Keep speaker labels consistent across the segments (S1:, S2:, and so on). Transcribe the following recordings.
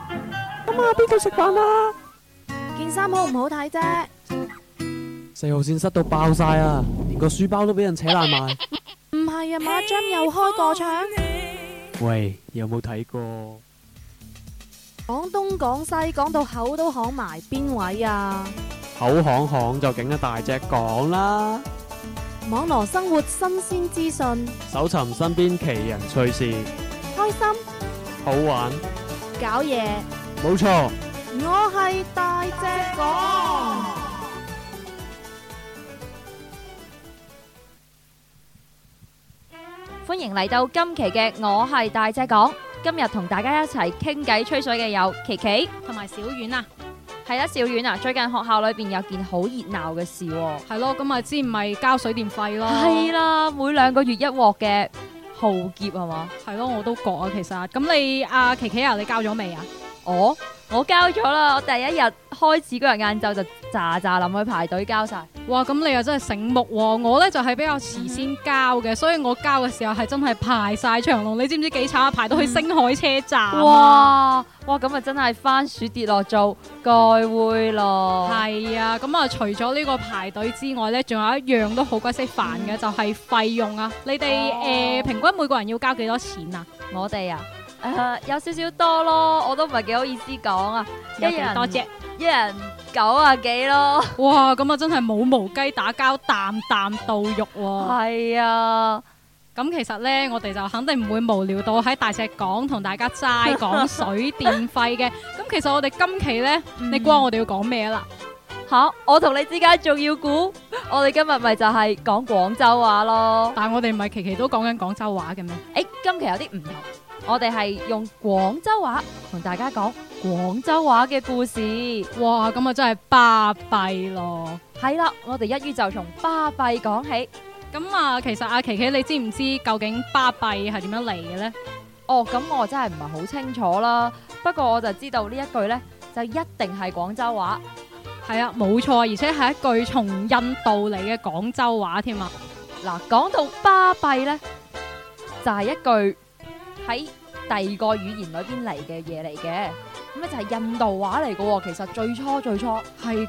S1: 啊，邊度食飯啊？
S2: 件衫好唔好睇啫？
S1: 四號線塞到爆晒啊，連個書包都俾人扯爛埋。
S2: 唔係啊嘛，Jam 又開個場，
S1: 喂，有冇睇過？
S2: 講東講西，講到口都行埋，邊位啊？
S1: 口行行就勁一大隻講啦，
S2: 網羅生活新鮮資訊，
S1: 搜尋身邊奇人趣事，
S2: 開心
S1: 好玩，
S2: 搞嘢，
S1: 冇錯。
S2: 我係大隻講。
S3: 歡迎嚟到今期嘅我係大隻講，今日同大家一齊傾偈吹水嘅有琪琪
S4: 同埋小丸啊，
S3: 係啦，小丸啊，最近學校裏邊有件好熱鬧嘅事喎、
S4: 係咯，咁啊之唔係交水電費咯，
S3: 係啦，每兩個月一鑊嘅浩劫係嘛？
S4: 係咯，我都覺啊，其實咁你阿琪琪啊，你交咗未啊？
S3: 我我交咗啦，我第一日開始嗰日晏晝就咋咋臨去排隊交晒。
S4: 哇，咁你又啊真係醒目喎、我咧就係、比較遲先交嘅，所以我交嘅時候係真係排晒長龍，你知唔知幾慘啊？排到去星海車站啊！
S3: 哇哇，咁啊真係番薯跌落灶，該會咯。
S4: 係啊，咁啊，除咗呢個排隊之外呢，仲有一樣都好鬼死煩嘅，就係、費用啊！你哋誒、
S3: 哦
S4: 呃平均每個人要交幾多錢啊？
S3: 我哋啊，誒、有少少多咯，我都唔係幾好意思講啊。一
S4: 有幾
S3: 人
S4: 多啫？
S3: 一人九啊幾咯，
S4: 哇，咁啊真係冇毛雞打交，啖啖到肉喎、
S3: 係啊，
S4: 咁其實呢，我哋就肯定唔會無聊到喺大隻講同大家齋講水電費 嘅。咁其實我哋今期呢，你估下我哋要講咩啦？
S3: 嗯吓，我同你之間仲要估，我哋今日咪就係講廣州話咯。
S4: 但係我哋唔係期期都講緊廣州話嘅咩？
S3: 誒，今期有啲唔同，我哋係用廣州話同大家講廣州話嘅故事。
S4: 哇！咁啊真係巴閉咯〜
S3: 係啦，我哋一於就從巴閉講起。
S4: 咁啊，其實阿琪琪，你知唔知究竟巴閉係點樣嚟嘅呢？
S3: 哦，咁我真係唔係好清楚啦，不過我就知道呢一句呢，就一定係廣州話。
S4: 係啊，冇錯，而且係一句從印度嚟嘅廣州話添啊！
S3: 嗱，講到巴閉呢，就係、一句喺第二個語言裏邊嚟嘅嘢嚟嘅，咁咧就係印度話嚟嘅喎。其實最初最初，
S4: 係㗎，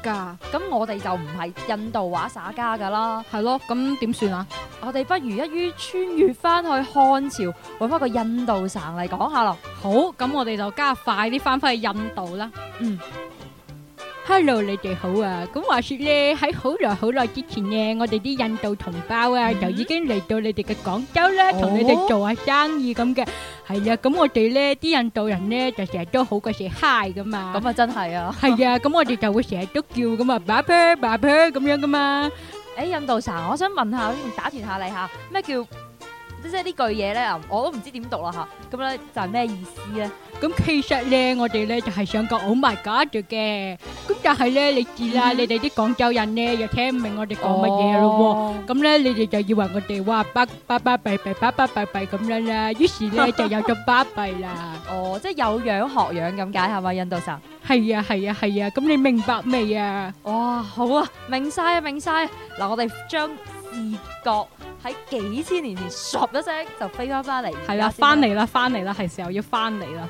S3: 咁我哋就唔係印度話耍家噶啦，
S4: 係咯，咁點算啊？
S3: 我哋不如一於穿越翻去漢朝，揾翻個印度省嚟講下咯。
S4: 好，咁我哋就加快啲翻返去印度啦。
S3: 嗯。
S4: Hello，你哋好啊！咁話說咧，喺好耐好耐之前呢，我哋啲印度同胞啊，
S3: 嗯
S4: 就已經嚟到你哋嘅廣州啦，
S3: 哦
S4: 同你哋做下生意咁嘅。係啦，咁我哋咧啲印度人咧就成日都好鬼死 high 噶嘛。
S3: 咁啊，真係啊！
S4: 係啊，咁我哋就會成日都叫噶嘛，爸爸爸爸咁樣噶嘛。
S3: 誒，印度省，我想問下先，打斷下你嚇，咩叫即係呢句嘢呢？我都唔知點讀啦嚇。咁咧就係咩意思呢？
S4: 咁其實咧，我哋咧就係想講 Oh my God 嘅，咁但係咧你知
S3: 嗯
S4: 啦，
S3: 哼
S4: 你哋啲廣州人咧又聽唔明我哋講乜嘢咯
S3: 哦
S4: 喎。咁咧，你哋就以為我哋哇巴巴巴閉閉巴巴閉閉咁樣啦，於是咧就有咗巴閉啦。
S3: 哦，即係有樣學樣咁解係咪？印度神，
S4: 係啊係啊係啊，咁你明白未啊？
S3: 哇，好啊，明晒啊，明晒啊！嗱，我哋將視覺喺幾千年前唰一聲就飛翻翻嚟，
S4: 係啦，翻，嚟啦，翻嚟啦，係時候要翻嚟啦。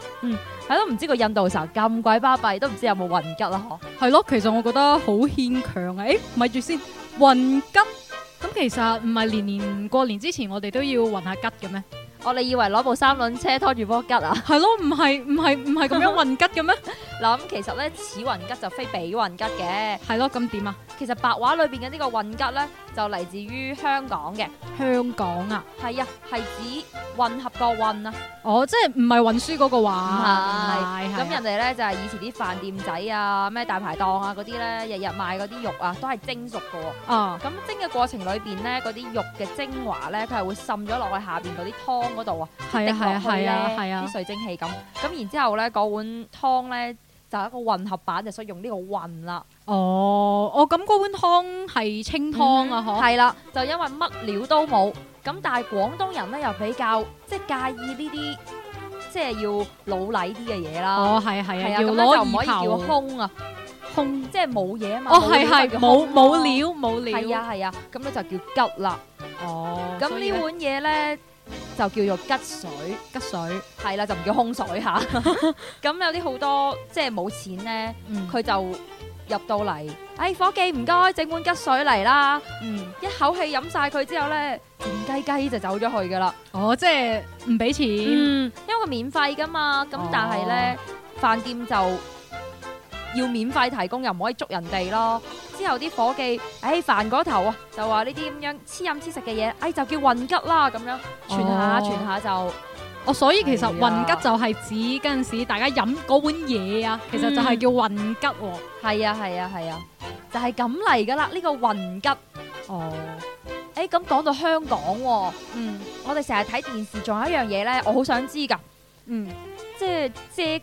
S3: 係都唔知個印度神咁鬼巴閉，都唔知有冇運吉啦，嗬？
S4: 係咯，其實我覺得好牽強啊！誒，咪住先，運吉咁其實唔係年年過年之前我哋都要運下吉嘅咩？
S3: 我哋以為攞部三輪車拖住波吉啊，
S4: 係咯，唔係唔係唔係咁樣運吉嘅咩？
S3: 嗱咁其實咧此運吉就非彼運吉嘅，
S4: 係咯，咁點啊？
S3: 其實白話裏邊嘅呢個運吉咧就嚟自於香港嘅，
S4: 香港啊，
S3: 係啊，係指混合個運啊。
S4: 哦，即係唔啊係運輸嗰個話？
S3: 係
S4: 係啊
S3: 咁人哋咧就係以前啲飯店仔啊、咩大排檔啊嗰啲咧，日日賣嗰啲肉啊，都係蒸熟嘅喎。
S4: 啊，
S3: 咁蒸嘅過程裏邊咧，嗰啲肉嘅精華咧，佢係會滲咗落去下邊嗰啲湯嗰度啊，
S4: 係啊係啊
S3: 滴落去
S4: 係啊
S3: 咧
S4: 係啊
S3: 啲，水蒸氣咁。咁然之後咧，嗰碗湯咧就係一個混合版，就所以用呢個混啦。
S4: 哦，哦，咁嗰碗湯係清湯啊，嗬？
S3: 嗯係啦，就因為乜料都冇。咁但係廣東人咧又比較即係介意呢啲，即係要老禮啲嘅嘢啦。
S4: 哦，係係啊，
S3: 係啊，
S4: 要
S3: 咁咧就唔
S4: 攞
S3: 可
S4: 耳
S3: 以叫
S4: 頭。
S3: 空啊，空即係冇嘢啊嘛。
S4: 哦，
S3: 冇
S4: 係
S3: 料
S4: 係
S3: 就叫啊
S4: 冇
S3: 空咯
S4: 冇。料冇料。
S3: 係啊係啊，咁咧就叫吉啦。
S4: 哦，
S3: 咁
S4: 所
S3: 呢
S4: 以咧
S3: 碗嘢咧，就叫做吉水。
S4: 吉水，
S3: 係啦，就唔叫空水嚇。咁有啲好多即係冇錢咧，
S4: 嗯，
S3: 佢就入到嚟，哎，伙計唔該，整碗吉水嚟啦！
S4: 嗯，
S3: 一口氣飲晒佢之後咧，靜雞雞就走咗去噶啦。
S4: 哦，即係唔俾錢，
S3: 嗯，因為佢免費噶嘛，咁
S4: 哦
S3: 但係咧，飯店就要免費提供，又唔可以捉人哋咯。之後啲伙計，唉、飯嗰頭啊，就話呢啲咁樣黐飲黐食嘅嘢，唉、就叫混吉啦咁樣，傳下
S4: 哦
S3: 傳下就。
S4: 哦，所以其
S3: 係
S4: 實
S3: 啊
S4: 混吉就係指嗰陣時大家飲嗰碗嘢啊，其實就係叫混吉喎。
S3: 係啊係啊係啊，就係咁嚟噶啦，呢、個混吉。
S4: 哦，
S3: 誒咁講到香港喎、
S4: 嗯
S3: 我哋成日睇電視，仲有一樣嘢咧，我好想知㗎，
S4: 嗯，
S3: 即係借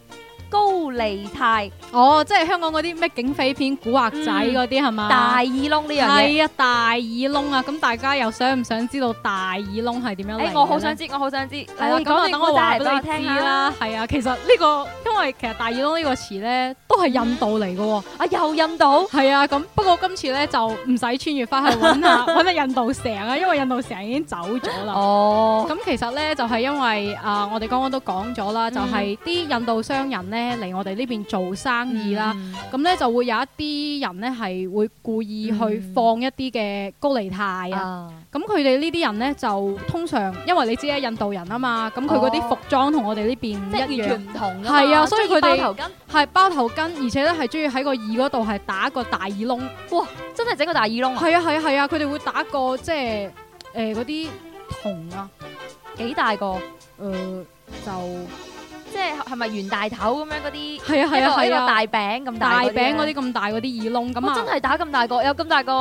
S3: 高利貸、
S4: 哦，即係香港嗰啲咩警匪片、古惑仔嗰啲係嘛？
S3: 嗯大耳窿呢樣嘢。
S4: 係啊，大耳窿啊！咁大家又想唔想知道大耳窿係點樣嚟嘅呢？
S3: 哎誒，我好想知，我好想知。哎係
S4: 係啦，咁啊等我話
S3: 話
S4: 俾你知。啦。係啊，其實呢個因為其實大耳窿呢個詞咧都係印度嚟嘅喎。
S3: 啊，又印度，
S4: 係啊，咁不過今次咧就唔使穿越翻去 揾下揾下印度蛇啊，因為印度蛇已經走咗啦。
S3: 哦，
S4: 咁其實咧就係、因為啊、我哋剛剛都講咗啦，就
S3: 嗯
S4: 係、啲印度商人咧嚟我哋呢邊做生意啦，
S3: 嗯
S4: 咁咧、就會有一啲人咧係會故意去
S3: 嗯
S4: 放一啲嘅高利貸啊。
S3: 啊，
S4: 咁佢哋呢啲人咧就通常，因為你知啦，印度人啊嘛，咁佢嗰啲
S3: 哦
S4: 服裝同我哋呢邊唔
S3: 即係完
S4: 一樣
S3: 全。唔同㗎嘛
S4: 係啊所以佢哋
S3: 中意包頭巾
S4: 係包頭巾，而且咧係中意喺個耳嗰度係打個大耳窿。
S3: 真係整個大耳窿啊，
S4: 係啊係啊係啊，佢哋會打個即係誒嗰啲銅啊，
S3: 幾大個，
S4: 誒、就
S3: 即係係咪圓大頭咁樣嗰啲？
S4: 係啊係
S3: 一
S4: 啊係
S3: 個
S4: 啊，
S3: 大餅咁啊
S4: 大
S3: 大
S4: 餅嗰啲
S3: 咧，
S4: 咁大嗰啲耳窿咁
S3: 哇真
S4: 啊，
S3: 係打咁大個，有咁大個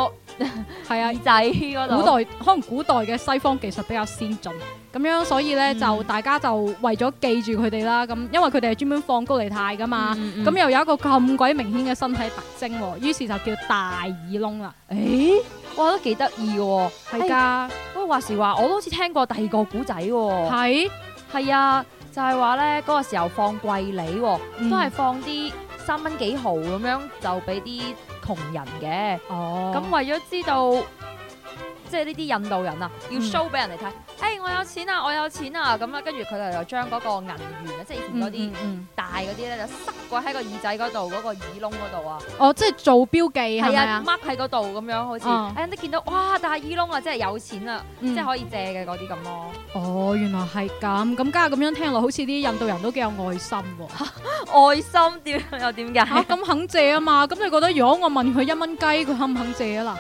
S4: 係啊
S3: 耳。仔嗰
S4: 古
S3: 度。
S4: 代可能古代嘅西方技術比較先進，咁樣所以咧、
S3: 嗯
S4: 就大家就為咗記住佢哋啦，咁因為佢哋係專門放高利貸噶嘛，
S3: 嗯
S4: 咁、又有一個咁鬼明顯嘅身體特徵喎，於是就叫大耳窿啦，
S3: 誒，哇，都幾得意嘅喎。
S4: 係㗎，
S3: 喂，話時話，我都好似聽過第二個古仔喎。
S4: 係、
S3: 係啊，就係話咧，嗰個時候放貴梨喎。
S4: 嗯
S3: 都係放啲三蚊幾毫咁樣就俾啲窮人嘅。
S4: 哦，
S3: 咁、為咗知道，即係呢啲印度人啊，要
S4: 嗯
S3: show 俾人哋睇，誒、我有錢啊，我有錢啊，咁啦，跟住佢哋就將嗰個銀元啊，即係以前嗰啲
S4: 嗯嗯
S3: 大嗰啲咧，就塞過喺個耳仔嗰度，嗰、個耳窿嗰度啊，
S4: 嗯哦，即係做標記係
S3: 係
S4: 咪
S3: 啊
S4: 啊？
S3: ，mark 喺嗰度咁樣，好似
S4: 哦
S3: 誒人哋見到哇，但係耳窿啊，真係有錢啊，
S4: 嗯
S3: 即係可以借嘅嗰啲咁咯。
S4: 哦，原來係咁，咁家下咁樣聽落，好似啲印度人都幾有愛心 喎。
S3: 啊愛心點又點解？
S4: 嚇咁肯借啊嘛，咁你覺得如果我問佢一蚊雞，佢肯唔肯借啊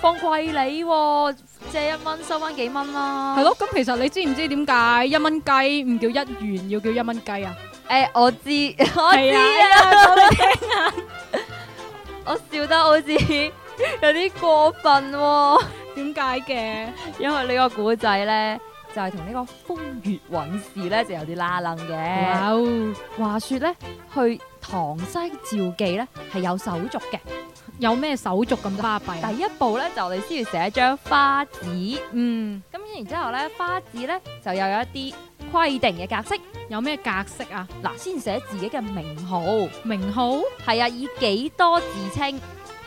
S3: 放貴你喎，借一蚊收翻幾蚊啦。
S4: 嗱？係咯，咁其實你知唔知點解一蚊雞唔叫一元，要叫一蚊雞啊？
S3: 诶、我知，我
S4: 係
S3: 知
S4: 啊
S3: 啊， 我笑得好似有啲過分喎、
S4: 點解
S3: 因為呢個古仔咧就係同呢個風月韻事咧就有啲拉楞
S4: 嘅？
S3: 嘅。
S4: 哇哦！
S3: 話說咧，去塘西召妓咧係有手續嘅，
S4: 有咩手續咁巴閉啊？
S3: 第一步咧就我哋先要寫張花紙，
S4: 嗯，
S3: 咁然之後咧花紙咧就又有一啲規定嘅格式，
S4: 有咩格式啊？
S3: 嗱先寫自己嘅名號，
S4: 名號
S3: 係啊以幾多自稱。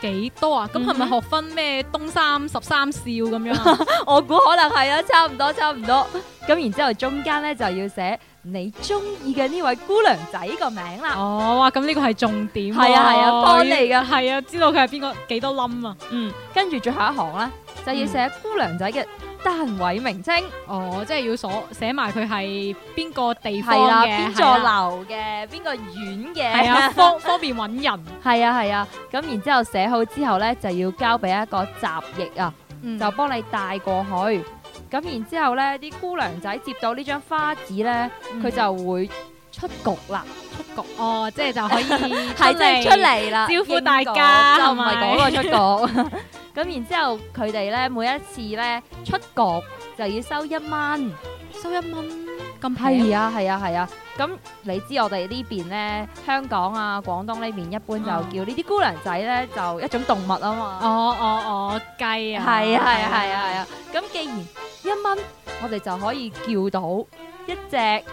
S4: 幾多啊？咁係咪
S3: 嗯哼
S4: 學分咩東三十三少 咁樣啊？
S3: 我估可能係啊，差唔多，差唔多。咁然之後中間咧就要寫你中意嘅呢位姑娘仔個名啦。
S4: 哦，哇！咁呢個係重點喎，
S3: 係啊係啊幫你㗎
S4: 係啊，知道佢係邊個幾多冧啊？
S3: 嗯，跟住最後一行咧就要寫姑娘仔嘅單位名稱，
S4: 哦，即係要所寫埋佢係邊個地方
S3: 係啦，
S4: 嘅
S3: 邊座樓嘅，邊個院
S4: 係
S3: 嘅，
S4: 啊，方方便揾人。
S3: 係啊係啊。咁然之後寫好之後咧就要交俾一個雜役啊，
S4: 嗯
S3: 就幫你帶過去。咁然之後咧啲姑娘仔接到呢張花紙咧，佢 就會出局啦。
S4: 出局哦，即係就可以
S3: 係真係出嚟啦，
S4: 招呼大家
S3: 英國
S4: 係咪
S3: 就唔係嗰個出局。咁然之後佢哋咧每一次咧出局就要收一蚊。
S4: 收一蚊咁平。
S3: 係啊係啊係啊。咁你知我哋呢邊咧，香港啊、廣東呢邊一般就
S4: 嗯
S3: 叫呢啲姑娘仔咧就一種動物啊嘛。
S4: 哦哦哦，雞啊！
S3: 係啊係啊係啊係啊。咁既然一蚊，我哋就可以叫到一隻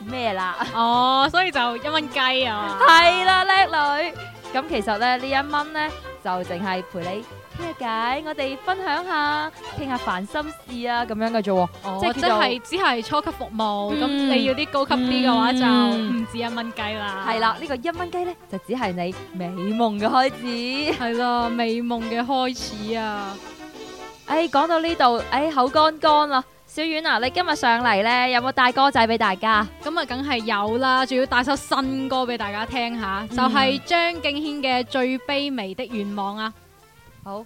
S3: 咩啦？
S4: 哦，所以就一 蚊雞啊嘛。
S3: 係啦，叻女。咁其實咧呢一蚊咧就淨係陪你傾下偈，我哋分享下，傾下煩心事啊咁樣嘅啫喎。
S4: 哦
S3: 即係
S4: 即
S3: 叫做
S4: 係只係初級服務，咁
S3: 嗯
S4: 你要啲高級啲嘅話就
S3: 嗯
S4: 唔止一蚊雞啦。
S3: 係啊啦，呢個一蚊雞呢，就只係你美夢嘅開 始。
S4: 係啦，美夢嘅開始啊！
S3: 诶、講到呢度，诶、口乾乾啦。小婉啊，你今日上嚟呢，有冇帶歌仔俾大家？
S4: 咁啊，梗係有啦，仲要帶首新歌俾大家聽下，
S3: 嗯
S4: 就係張敬軒嘅《最卑微的願望》啊！
S3: 好。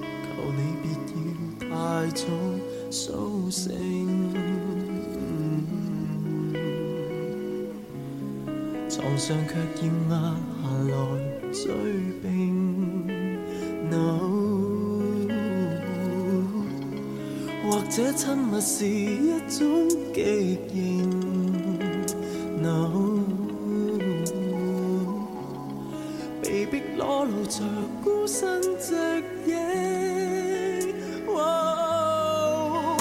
S5: 求你別要太早甦醒，床上卻要壓下來追兵。No，或者親密是一種極刑。No。被迫裸露着孤身隻影。哇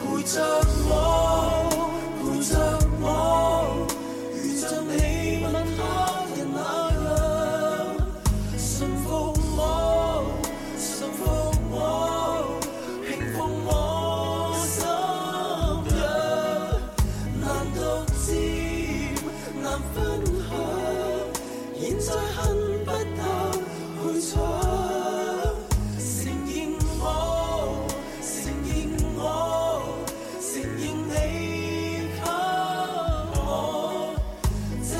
S5: 陪着我，陪着我，如像你問他人那樣，信服我，信服我，平復我心癢，難獨佔，難分享。現在恨不得去闖，承認我，承認我，承認你給我這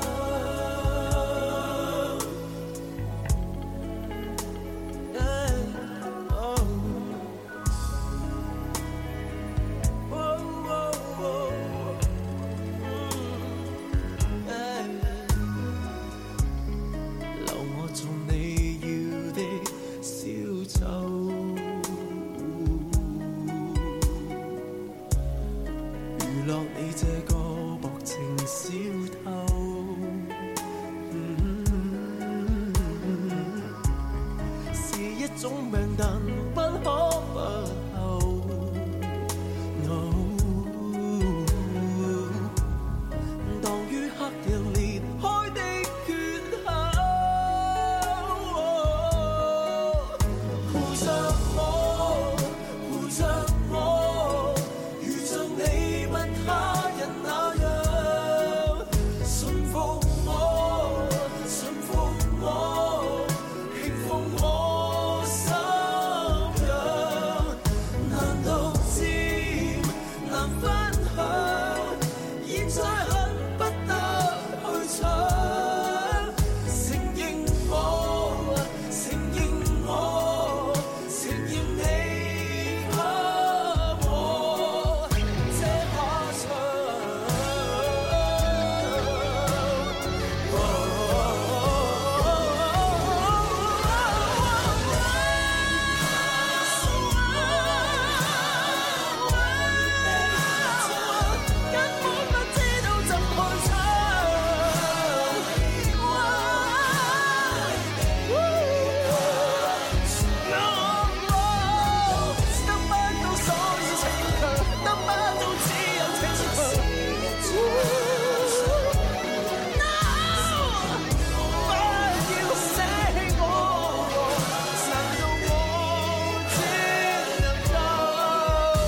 S5: 下場。Yeah, oh. Whoa, whoa, whoa. Mm. 留我做你要的小丑，娛樂你這個薄情小偷。是一種命，但不可不後。No。當於黑夜裂開的缺口，陪着我，陪着我，如像你問他人那樣，信服我，信服我，輕撫我心癢，難獨佔，難分享。現在恨不得去搶，承認我，承認我，承認你給我這下場。根本不知道怎去唱。得不到所有情強，得不到只有情長。No，不要捨棄我，難道我只能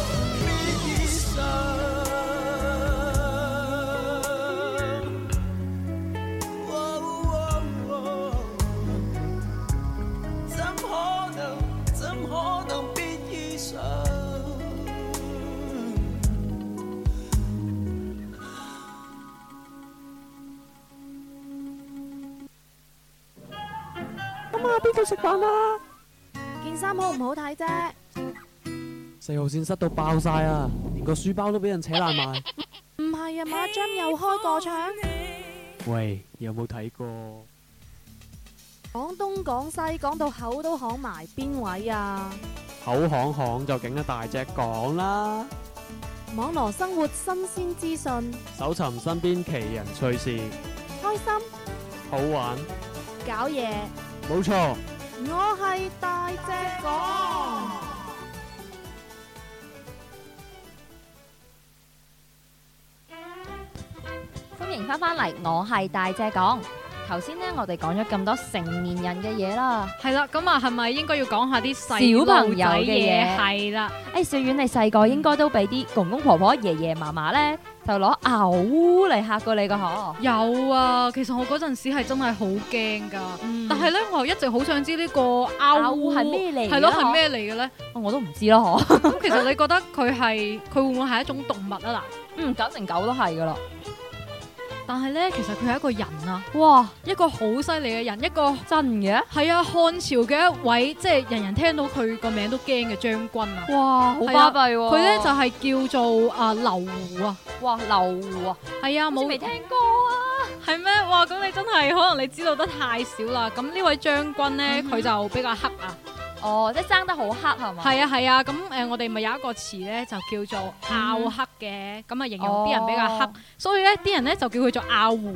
S5: 夠變以上？怎可能？怎可能變以上？
S2: 件衫好唔好睇啫？
S1: 四號線塞到爆晒啊，連個書包都俾人扯爛埋。
S2: 唔係啊嘛，Jam 又開個場，
S1: 喂，有冇睇過？
S2: 講東講西講到口都行埋邊位啊？
S1: 口行行就勁一大隻講啦，
S2: 網絡生活新鮮資訊，
S1: 搜尋身邊奇人趣事，
S2: 開心
S1: 好玩
S2: 搞嘢，
S1: 冇錯，
S2: 我係大隻講。
S3: 歡迎翻返嚟，我係大隻講。頭先呢，我哋講咗咁多成年人嘅嘢啦。
S4: 係啦，咁啊，係咪應該要講下啲
S3: 小
S4: 細
S3: 朋友
S4: 朋友
S3: 嘅
S4: 嘅
S3: 嘢
S4: 嘢？係啦，
S3: 誒、哎小遠你細個應該都俾啲公公婆婆、爺爺嫲嫲呢，就攞牛嚟嚇過你個嗬。
S4: 有啊，其實我嗰陣時係真係好驚㗎，
S3: 嗯
S4: 但係咧，我又一直好想知呢個
S3: 牛
S4: 歐
S3: 係？咩嚟？
S4: 係咯，係？咩嚟嘅咧？
S3: 哦我都唔知咯，嗬。
S4: 咁其實你覺得佢係佢會唔會係一種動物啊？
S3: 嗯，九成九都係噶啦。
S4: 嗱，但係咧，其實佢係一個人啊，
S3: 哇，
S4: 一個好犀利嘅人，一個
S3: 真嘅？
S4: 係啊漢朝嘅一位，即係人人聽到佢個名都驚嘅將軍啊！
S3: 哇，好
S4: 係啊
S3: 巴閉喎！
S4: 佢咧就係叫做啊劉胡啊，
S3: 哇流湖啊，
S4: 係啊
S3: 好似
S4: 冇
S3: 未聽過啊。
S4: 係咩？哇！咁你真係可能你知道得太少啦。咁呢位將軍咧，
S3: 嗯
S4: 佢、
S3: 哼
S4: 就比較黑啊。
S3: 哦，即係生得好黑係嘛？
S4: 係啊係啊。咁誒、呃我哋咪有一個詞咧，就叫做拗黑嘅。咁啊、形容啲人比較黑，
S3: 哦
S4: 所以咧啲人咧就叫佢做拗胡。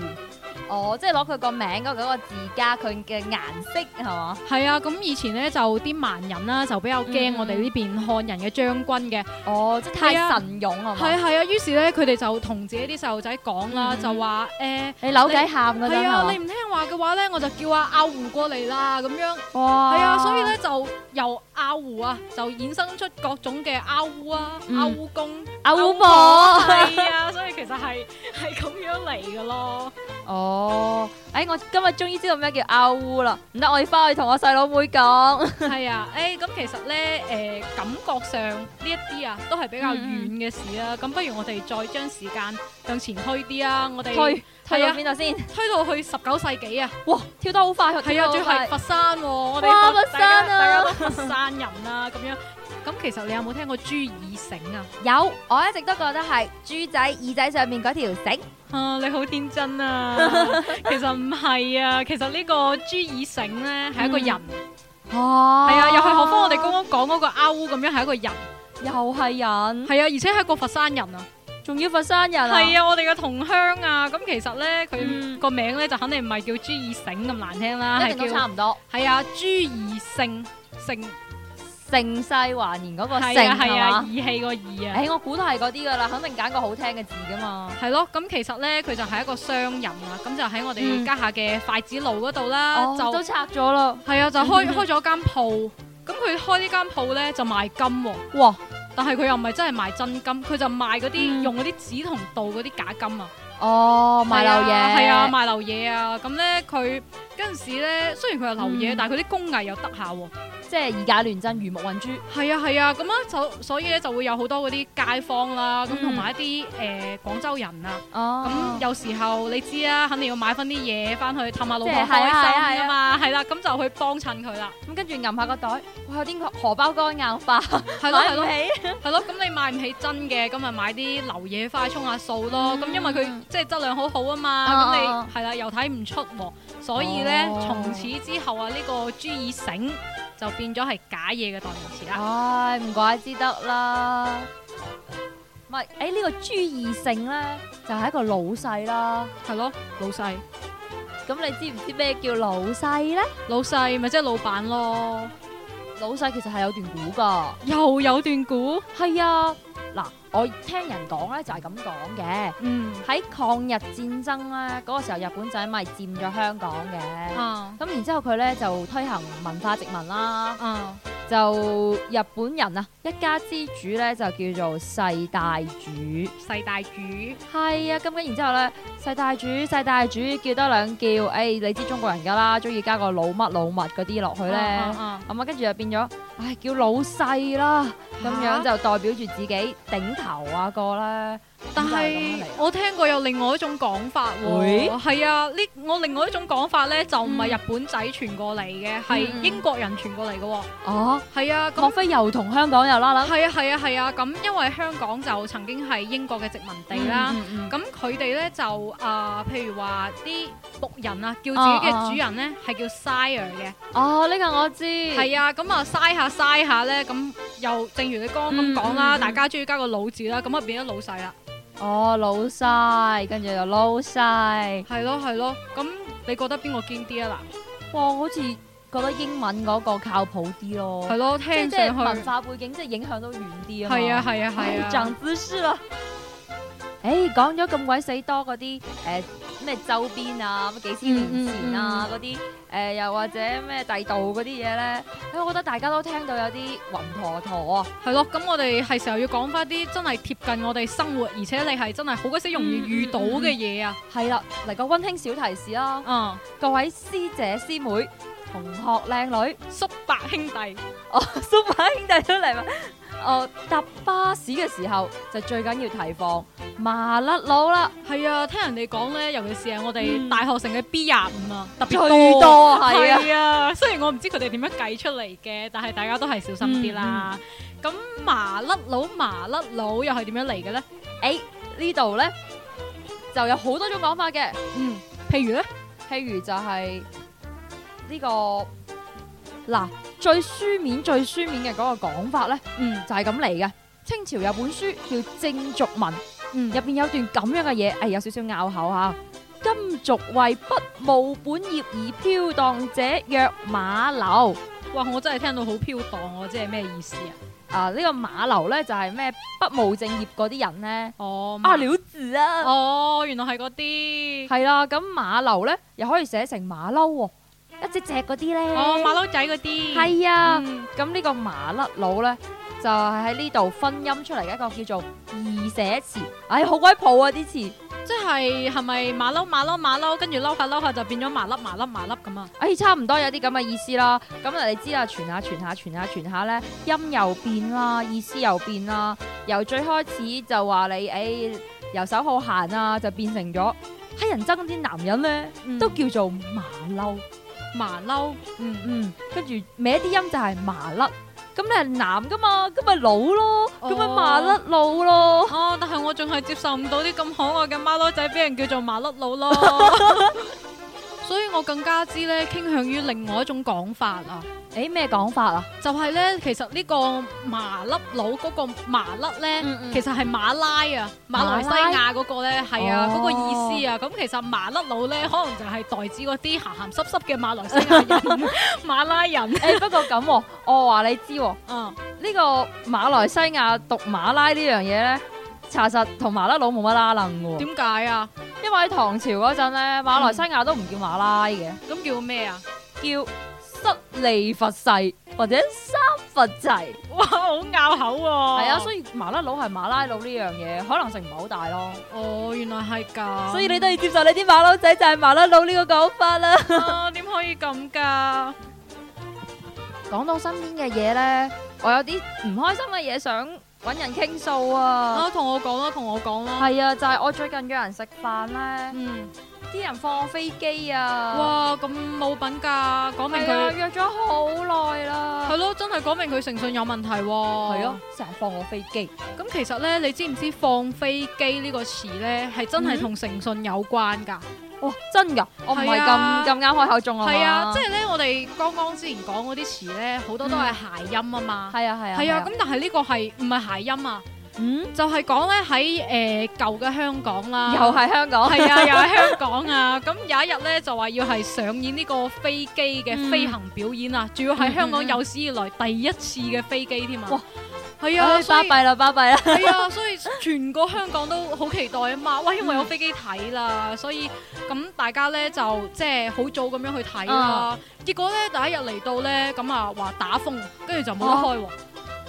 S3: 哦，即係攞佢個名嗰個字加佢嘅顏色係嘛？
S4: 係啊。咁以前咧就啲蠻人啦，就比較
S3: 嗯
S4: 驚我哋呢邊漢人嘅將軍嘅。
S3: 哦，即係太
S4: 係啊
S3: 神勇係
S4: 係啊
S3: 嘛？
S4: 係啊。於是咧佢哋就同自己啲細路仔講啦，
S3: 嗯
S4: 就話誒。呃
S3: 你扭計喊嗰陣
S4: 係
S3: 係
S4: 啊，
S3: 嘛
S4: 你唔聽話嘅話咧，我就叫阿阿胡過嚟啦，咁樣
S3: 哇！
S4: 係啊，所以咧就由阿胡啊，就衍生出各種嘅阿烏啊、
S3: 嗯
S4: 阿烏公、
S3: 阿烏婆
S4: 係啊，所以其實係係咁樣嚟嘅咯。
S3: 哦，哎，我今日終於知道咩叫阿烏啦！唔得，我要翻去同我細佬妹講。
S4: 係啊，誒咁其實咧誒感覺上呢一啲啊都係比較遠嘅事啦。咁不如我哋再將時間向前推啲啊，我哋
S3: 推推到
S4: 係啊
S3: 邊度先？
S4: 推到去十九世紀啊，
S3: 哇，跳得好快，
S4: 係啊，
S3: 跳
S4: 仲
S3: 得好
S4: 係
S3: 快
S4: 佛山喎，我哋
S3: 哇
S4: 佛
S3: 佛山啊
S4: 大家大家都佛山人啦，咁樣。咁其實你有冇聽過朱耳繩啊？
S3: 有，我一直都覺得係豬仔耳仔上面嗰條繩。
S4: 啊，你好天真啊！ 其實唔係啊，其實呢個朱爾醒咧係一個人，係、
S3: 哦
S4: 啊，又係學翻我哋剛剛講嗰個阿烏咁樣係一個人，
S3: 又係人，
S4: 係啊，而且係一個佛山人啊，
S3: 仲要佛山人啊！
S4: 係啊，我哋嘅同鄉啊，咁其實咧
S3: 嗯
S4: 佢個名咧就肯定唔係叫朱爾醒咁難聽啦，
S3: 一
S4: 係
S3: 定都
S4: 叫
S3: 差唔多。
S4: 係啊朱爾姓姓
S3: 盛世華年嗰個盛
S4: 係啊係
S3: 係
S4: 啊
S3: 嘛？哎
S4: 義氣個義啊。
S3: 誒，我估都係嗰啲噶啦，肯定揀個好聽嘅字噶嘛。
S4: 係咯，咁其實咧佢就係一個商人啊，咁就喺我
S3: 嗯
S4: 哋家下嘅筷子路嗰度啦，
S3: 哦，
S4: 就
S3: 都嗯拆咗啦。
S4: 係啊，就開開咗間鋪。咁佢開呢間鋪咧就賣金喎，
S3: 哇！
S4: 但係佢又唔係真係賣真金，佢就賣嗰啲、
S3: 嗯
S4: 用嗰啲紙同鍍嗰啲假金啊，
S3: 哦，賣漏嘢。
S4: 係啊，賣流嘢啊。咁咧佢嗰陣時咧，雖然佢係流嘢，
S3: 嗯
S4: 但係佢啲工藝又得下喎。
S3: 即係以假亂真，魚目混珠。
S4: 係啊係啊，咁啊就所以咧就會有好多嗰啲街坊啦，咁
S3: 嗯
S4: 同埋一啲誒、呃、廣州人啊。咁
S3: 哦，
S4: 有時候你知啦，肯定要買翻啲嘢翻去氹下老婆
S3: 即係係啊係
S4: 開心
S3: 啊
S4: 啊嘛，係啦，咁就去幫襯佢啦。
S3: 咁跟住揞下個袋，哇！有啲荷包乾硬化，
S4: 係咯
S3: 買
S4: 係
S3: 唔
S4: 咯。
S3: 起。
S4: 係咯，咁你買唔起真嘅，咁咪買啲流嘢翻去沖下數咯。
S3: 嗯
S4: 咁因為佢即係質量好好啊嘛，
S3: 啊
S4: 咁
S3: 啊
S4: 你係啦又睇唔出喎，所以咧
S3: 哦
S4: 從此之後啊，呢個朱爾繩就變咗係假嘢嘅代名詞啦。
S3: 唉，唔怪之得啦。唔係，誒呢個朱義盛咧，就係一個老細啦。
S4: 係咯，老細，
S3: 咁你知唔知咩叫老細咧？
S4: 老細咪即係老闆咯。
S3: 老細其實係有段古噶。
S4: 又有段古，
S3: 係啊，嗱，我聽人講咧就係咁講嘅。
S4: 嗯
S3: 喺抗日戰爭咧，嗰、個時候日本仔咪佔咗香港嘅。
S4: 啊
S3: 咁然之後佢咧就推行文化殖民啦，
S4: 啊，
S3: 就日本人啊一家之主咧就叫做世大主，
S4: 細大主，
S3: 係啊，咁跟然之後咧世大主世大主叫多兩叫，誒、你知中國人㗎啦，中意加個老乜老乜嗰啲落去
S4: 佢
S3: 咧，咁啊跟住就變咗，唉叫老細啦，咁樣就代表住自己頂頭啊個咧，
S4: 但
S3: 係
S4: 係我聽過有另外一種講法
S3: 會
S4: 喎，係啊，呢我另外一種講法咧就唔係日本仔傳過嚟嘅，係、
S3: 嗯嗯
S4: 英國人傳過嚟嘅喎，
S3: 哦，
S4: 係啊，
S3: 莫
S4: 咁
S3: 非又同香港有啦啦？
S4: 係啊係啊係啊，咁、因為香港就曾經係英國嘅殖民地啦，
S3: 嗯，嗯嗯
S4: 咁佢哋咧就啊、譬如話啲仆人啊，叫自己嘅主人咧係、叫 sire 嘅，
S3: 哦呢個我知，係
S4: 係啊，咁啊嘥下嘥下咧，咁又正如你剛剛咁講啦，
S3: 嗯嗯嗯
S4: 大家中意加個老字啦，咁啊變咗老細啦。
S3: 哦老細，跟住就老細。
S4: 係咯係咯，咁你覺得邊個堅啲啊？嗱，
S3: 哇，我好似覺得英文嗰個靠譜啲咯，
S4: 係咯，
S3: 即係
S4: 聽
S3: 即係
S4: 上去
S3: 文化背景，即係影響到遠啲啊嘛。
S4: 係啊係啊係啊，
S3: 長知識啦。誒講咗咁鬼死多嗰啲誒咩周邊啊，乜幾千年
S4: 嗯
S3: 前啊嗰啲誒，又或者咩第度嗰啲嘢咧，誒我覺得大家都聽到有啲暈陀陀啊，
S4: 係咯，咁我哋係時候要講翻啲真係貼近我哋生活，而且你係真係好鬼死容易遇到嘅嘢啊！
S3: 係啦，嚟個温馨小提示啦，
S4: 啊，
S3: 各位師姐師妹、同學靚女。
S4: 叔伯兄弟，
S3: 哦， 叔伯兄弟都嚟埋。哦，搭巴士嘅時候就最緊要提防麻甩佬啦，
S4: 係啊，聽人哋講咧，尤其是係我哋大學城嘅 B 廿五啊，特別
S3: 最多啊係啊，
S4: 係嗯啊，雖然我唔知佢哋點樣計出嚟嘅，但係大家都係小心啲啦。咁麻甩佬麻甩佬又係點樣嚟嘅咧？
S3: 誒呢度咧就有好多種講法嘅，
S4: 嗯，譬如咧，
S3: 譬如就係呢、個嗱最書面最書面嘅嗰個講法咧
S4: 嗯
S3: 就係咁嚟嘅。清朝有本書叫《正俗文》，
S4: 嗯
S3: 入邊有段咁樣嘅嘢，誒、有少少拗口嚇。今俗為不務本業而飄蕩者，曰馬流。
S4: 哇！我真係聽到好飄蕩，我知係咩意思啊？
S3: 啊，呢、個馬流咧就係咩不務正業嗰啲人咧，啊
S4: 哦，麻
S3: 料字啊，
S4: 哦，原來係嗰啲，
S3: 係啦，咁馬流咧又可以寫成馬騮喎，一隻隻嗰啲咧，
S4: 哦，馬騮仔嗰啲，
S3: 係啊，
S4: 嗯
S3: 咁呢、個麻甩佬咧就係喺呢度分音出嚟嘅一個叫做二寫詞，唉、好鬼譜啊啲詞，
S4: 即係係咪馬騮馬騮馬騮，跟住嬲下嬲下就變咗麻甩麻甩麻甩咁啊？
S3: 唉、差唔多有啲咁嘅意思啦，咁你知啦，傳下傳下傳下傳下咧，音又變啦，意思又變啦，由最開始就話你誒遊手好閒啊，就變成咗黑人憎啲男人咧。都叫
S4: 都
S3: 做麻嬲，
S4: 麻嬲，
S3: 嗯嗯，跟住歪啲音就係麻甩，咁你係男噶嘛，咁咪老咯，咁咪
S4: 哦
S3: 麻甩佬咯，
S4: 哦，但係我仲係接受唔到啲咁可愛嘅馬騮仔俾人叫做麻甩佬咯。 所以我更加之咧傾向於另外一種講法啊，
S3: 誒咩講法啊？
S4: 就係咧其實呢個麻甩佬嗰個麻甩咧。其
S3: 其實
S4: 實係馬拉啊，馬來西亞嗰個咧係啊，嗰個意思啊。咁其實麻甩佬咧，可能就係代指嗰啲鹹鹹濕濕嘅馬來西亞 人、馬拉人。
S3: 誒不過咁喎，我話你知喎，
S4: 嗯，
S3: 呢個馬來西亞讀馬拉呢樣嘢咧，查實同麻甩佬冇乜拉楞嘅喎，
S4: 點解啊？
S3: 因為喺唐朝嗰陣咧，馬來西亞都唔叫馬拉嘅，
S4: 咁叫咩啊？
S3: 叫失利佛世或者三佛齊，
S4: 哇，好拗口喎！
S3: 係
S4: 係
S3: 啊，所以麻甩佬係馬拉佬呢樣嘢，可能性唔係好大咯。
S4: 哦，原來係咁。
S3: 所以你都要接受你啲馬騮仔就係麻甩佬呢個講法啦。
S4: 啊，點可以咁㗎？
S3: 講到身邊嘅嘢咧，我有啲唔開心嘅嘢想揾人傾訴啊。
S4: 啊，同我講啦，同我講啦。
S3: 係啊，就係我最近約人食飯咧，
S4: 嗯，
S3: 啲人放我飛機啊。
S4: 哇，咁冇品㗎，講明
S3: 係啊，
S4: 佢
S3: 約咗好耐啦。
S4: 係咯，真係講明佢誠信有問題喎。啊係
S3: 係啊，成日放我飛機。
S4: 咁其實咧，你知唔知放飛機呢個詞咧，係真係同誠信有關㗎？
S3: 哇，真㗎，我唔係
S4: 係啊
S3: 咁咁啱開口中啊。
S4: 係啊，即係咧，我哋剛剛之前講嗰啲詞咧，好多都係諧音啊嘛。
S3: 係啊係啊。
S4: 係啊，咁但係呢個係唔係諧音啊？
S3: 嗯，
S4: 就係講咧喺誒舊嘅香港啦，
S3: 又係香港。
S4: 係啊，又喺香港啊。咁有一日咧就話要係上演呢個飛機嘅飛行表演啊，仲要係香港有史以來第一次嘅飛機添啊
S3: 哇！
S4: 係 啊，
S3: 唉
S4: 所
S3: 巴
S4: 以
S3: 閉啦，巴閉啦。
S4: 係啊，所以全個香港都好期待啊嘛！哇，因為有飛機睇啦，所以咁大家咧就即係好早咁樣去睇啦。結果咧第一日嚟到咧，咁啊話打風，跟住就冇得開喎。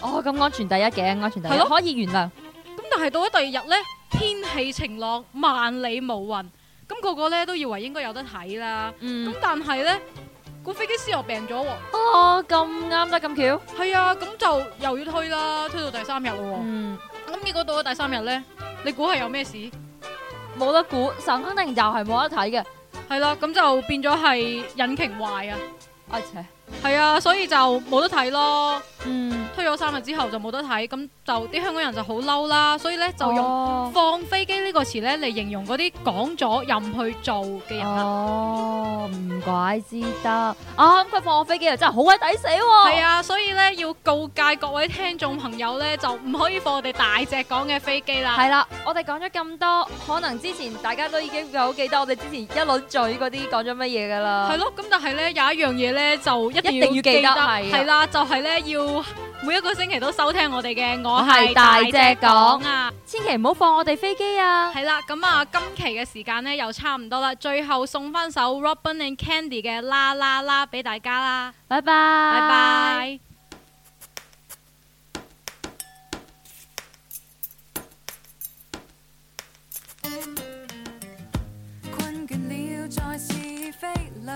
S3: 哦，咁安全第一嘅，安全第一，
S4: 係咯
S3: 可以原諒。
S4: 咁但係到咗第二日咧，天氣晴朗，萬里無雲，咁個個咧都以為應該有得睇啦。咁
S3: 嗯。
S4: 但係咧，個飛機師又病咗喎。
S3: 哦，咁啱得咁巧。
S4: 係啊，咁就又要推啦，推到第三日咯
S3: 嗯。
S4: 喎。咁結果到咗第三日咧，你估係有咩事？
S3: 冇得估，神肯定又係冇得睇嘅。
S4: 係啦，咁就變咗係引擎壞啊！
S3: 哎切，
S4: 係啊，所以就冇得睇咯。
S3: 嗯，
S4: 推咗三日之後就冇得睇，咁就啲香港人就好嬲啦，所以咧就
S3: 就
S4: 用
S3: 用
S4: 放飛機呢個詞咧嚟形容嗰啲講咗任去做嘅人啦。
S3: 哦，唔怪之得啊！咁佢放我飛機啊，真係好鬼抵死喎！
S4: 係啊，所以咧要告誡各位聽眾朋友咧，就唔可以放我哋大隻講嘅飛機啦。
S3: 係啦，啊我哋講咗咁多，可能之前大家都已經好記得我哋之前一輪嘴嗰啲講咗乜嘢噶啦。
S4: 係咯，咁但係咧有一樣嘢咧就一定
S3: 啊一
S4: 要
S3: 定要
S4: 記
S3: 記得
S4: 得，
S3: 係啊
S4: 係啦，就係咧要每一個星期都收聽我哋嘅，我
S3: 我係
S4: 係
S3: 大
S4: 大
S3: 隻
S4: 隻
S3: 講
S4: 講啊！
S3: 千祈唔好放我哋飛機啊！
S4: 係啦，咁啊，今期嘅時間咧又差唔多啦，最後送翻首 Robin and Candy 嘅啦啦啦俾大家啦，
S3: 拜拜，
S4: 拜
S3: 拜
S4: 拜。
S6: 困倦了在是非裏，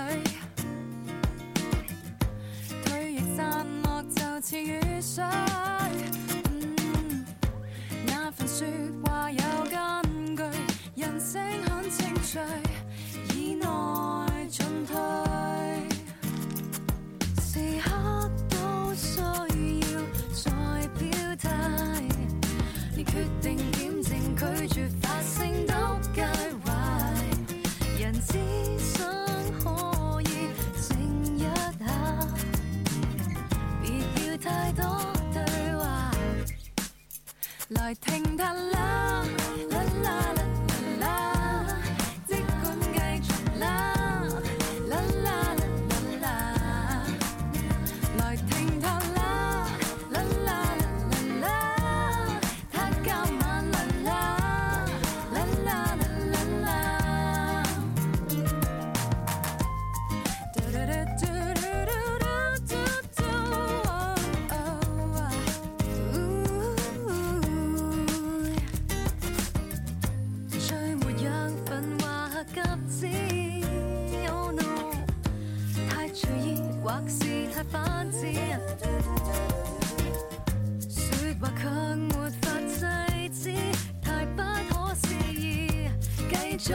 S6: 唾液散落就似雨水。嗯，那份説話有根據，人性很清脆，以內進退，時刻都需要再表態。你決定點正，拒絕發聲都介懷。人只想可以靜一下，別要太多對話。來聽他啦啦啦啦啦啦，即管繼續啦啦啦啦啦啦。來聽他啦啦啦啦啦，他今晚啦啦啦啦啦啦。嘟嘟嘟嘟嘟嘟嘟嘟，oh, 最沒養分或急子，Oh no。太隨意或是太反智，説話卻沒法制止，太不可思議，繼續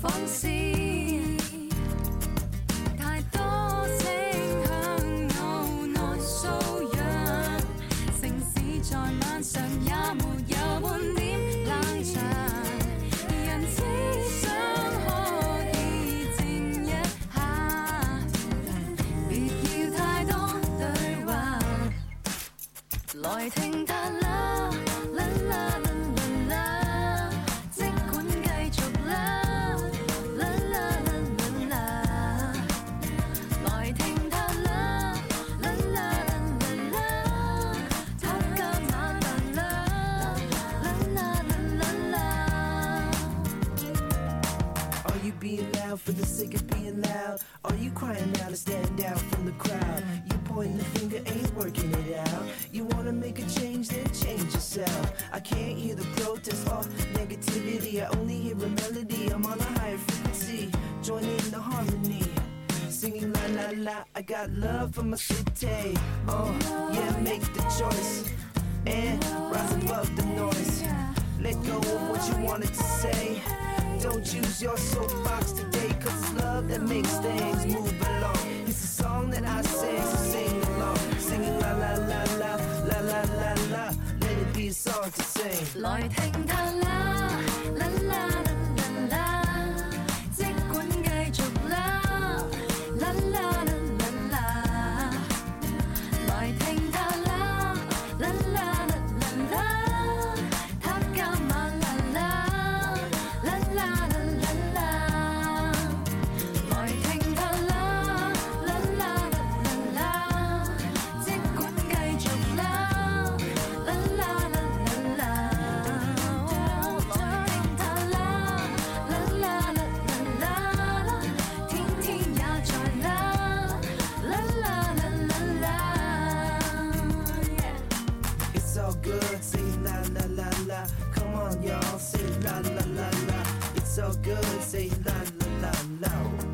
S6: 放肆。太多傾向腦內素養，城市在晚上也沒有半點冷場。人只想可以靜一下，別要太多對話。來聽他啦啦啦啦啦啦，即管繼續啦啦啦啦啦啦。來聽他啦啦啦啦啦啦，他今晚啦啦啦啦啦啦啦。
S5: Are you being loud for the sake of being loud? Are you crying out to stand out from the crowd? You pointing the finger, ain't working it out. You wanna make a change, then change yourself. I can't hear the protest or negativity. I only hear a melody. I'm on a higher frequency, joining the harmony. Singing la la la, I got love for my city. Oh, yeah, make the choice and rise above the noise. Let go of what you wanted to say. Don't use your soapbox today, cause it's love that makes things move along. It's a song that I sing, so sing along. Singing la la la la, la la la la. Let it be a song to sing.
S6: 來聽他啦啦啦啦啦啦，即管繼續啦啦啦啦啦啦，來聽他啦啦啦啦啦啦，他今晚啦啦啦啦啦啦啦，來聽他啦啦啦啦啦啦，即管繼續啦。啦啦啦啦啦，來聽他啦，啦啦啦啦啦，天天也在啦，啦啦啦啦啦。
S5: It's all good, say la la la la. Come on, y'all, say la la la la. It's all good, say la la la la.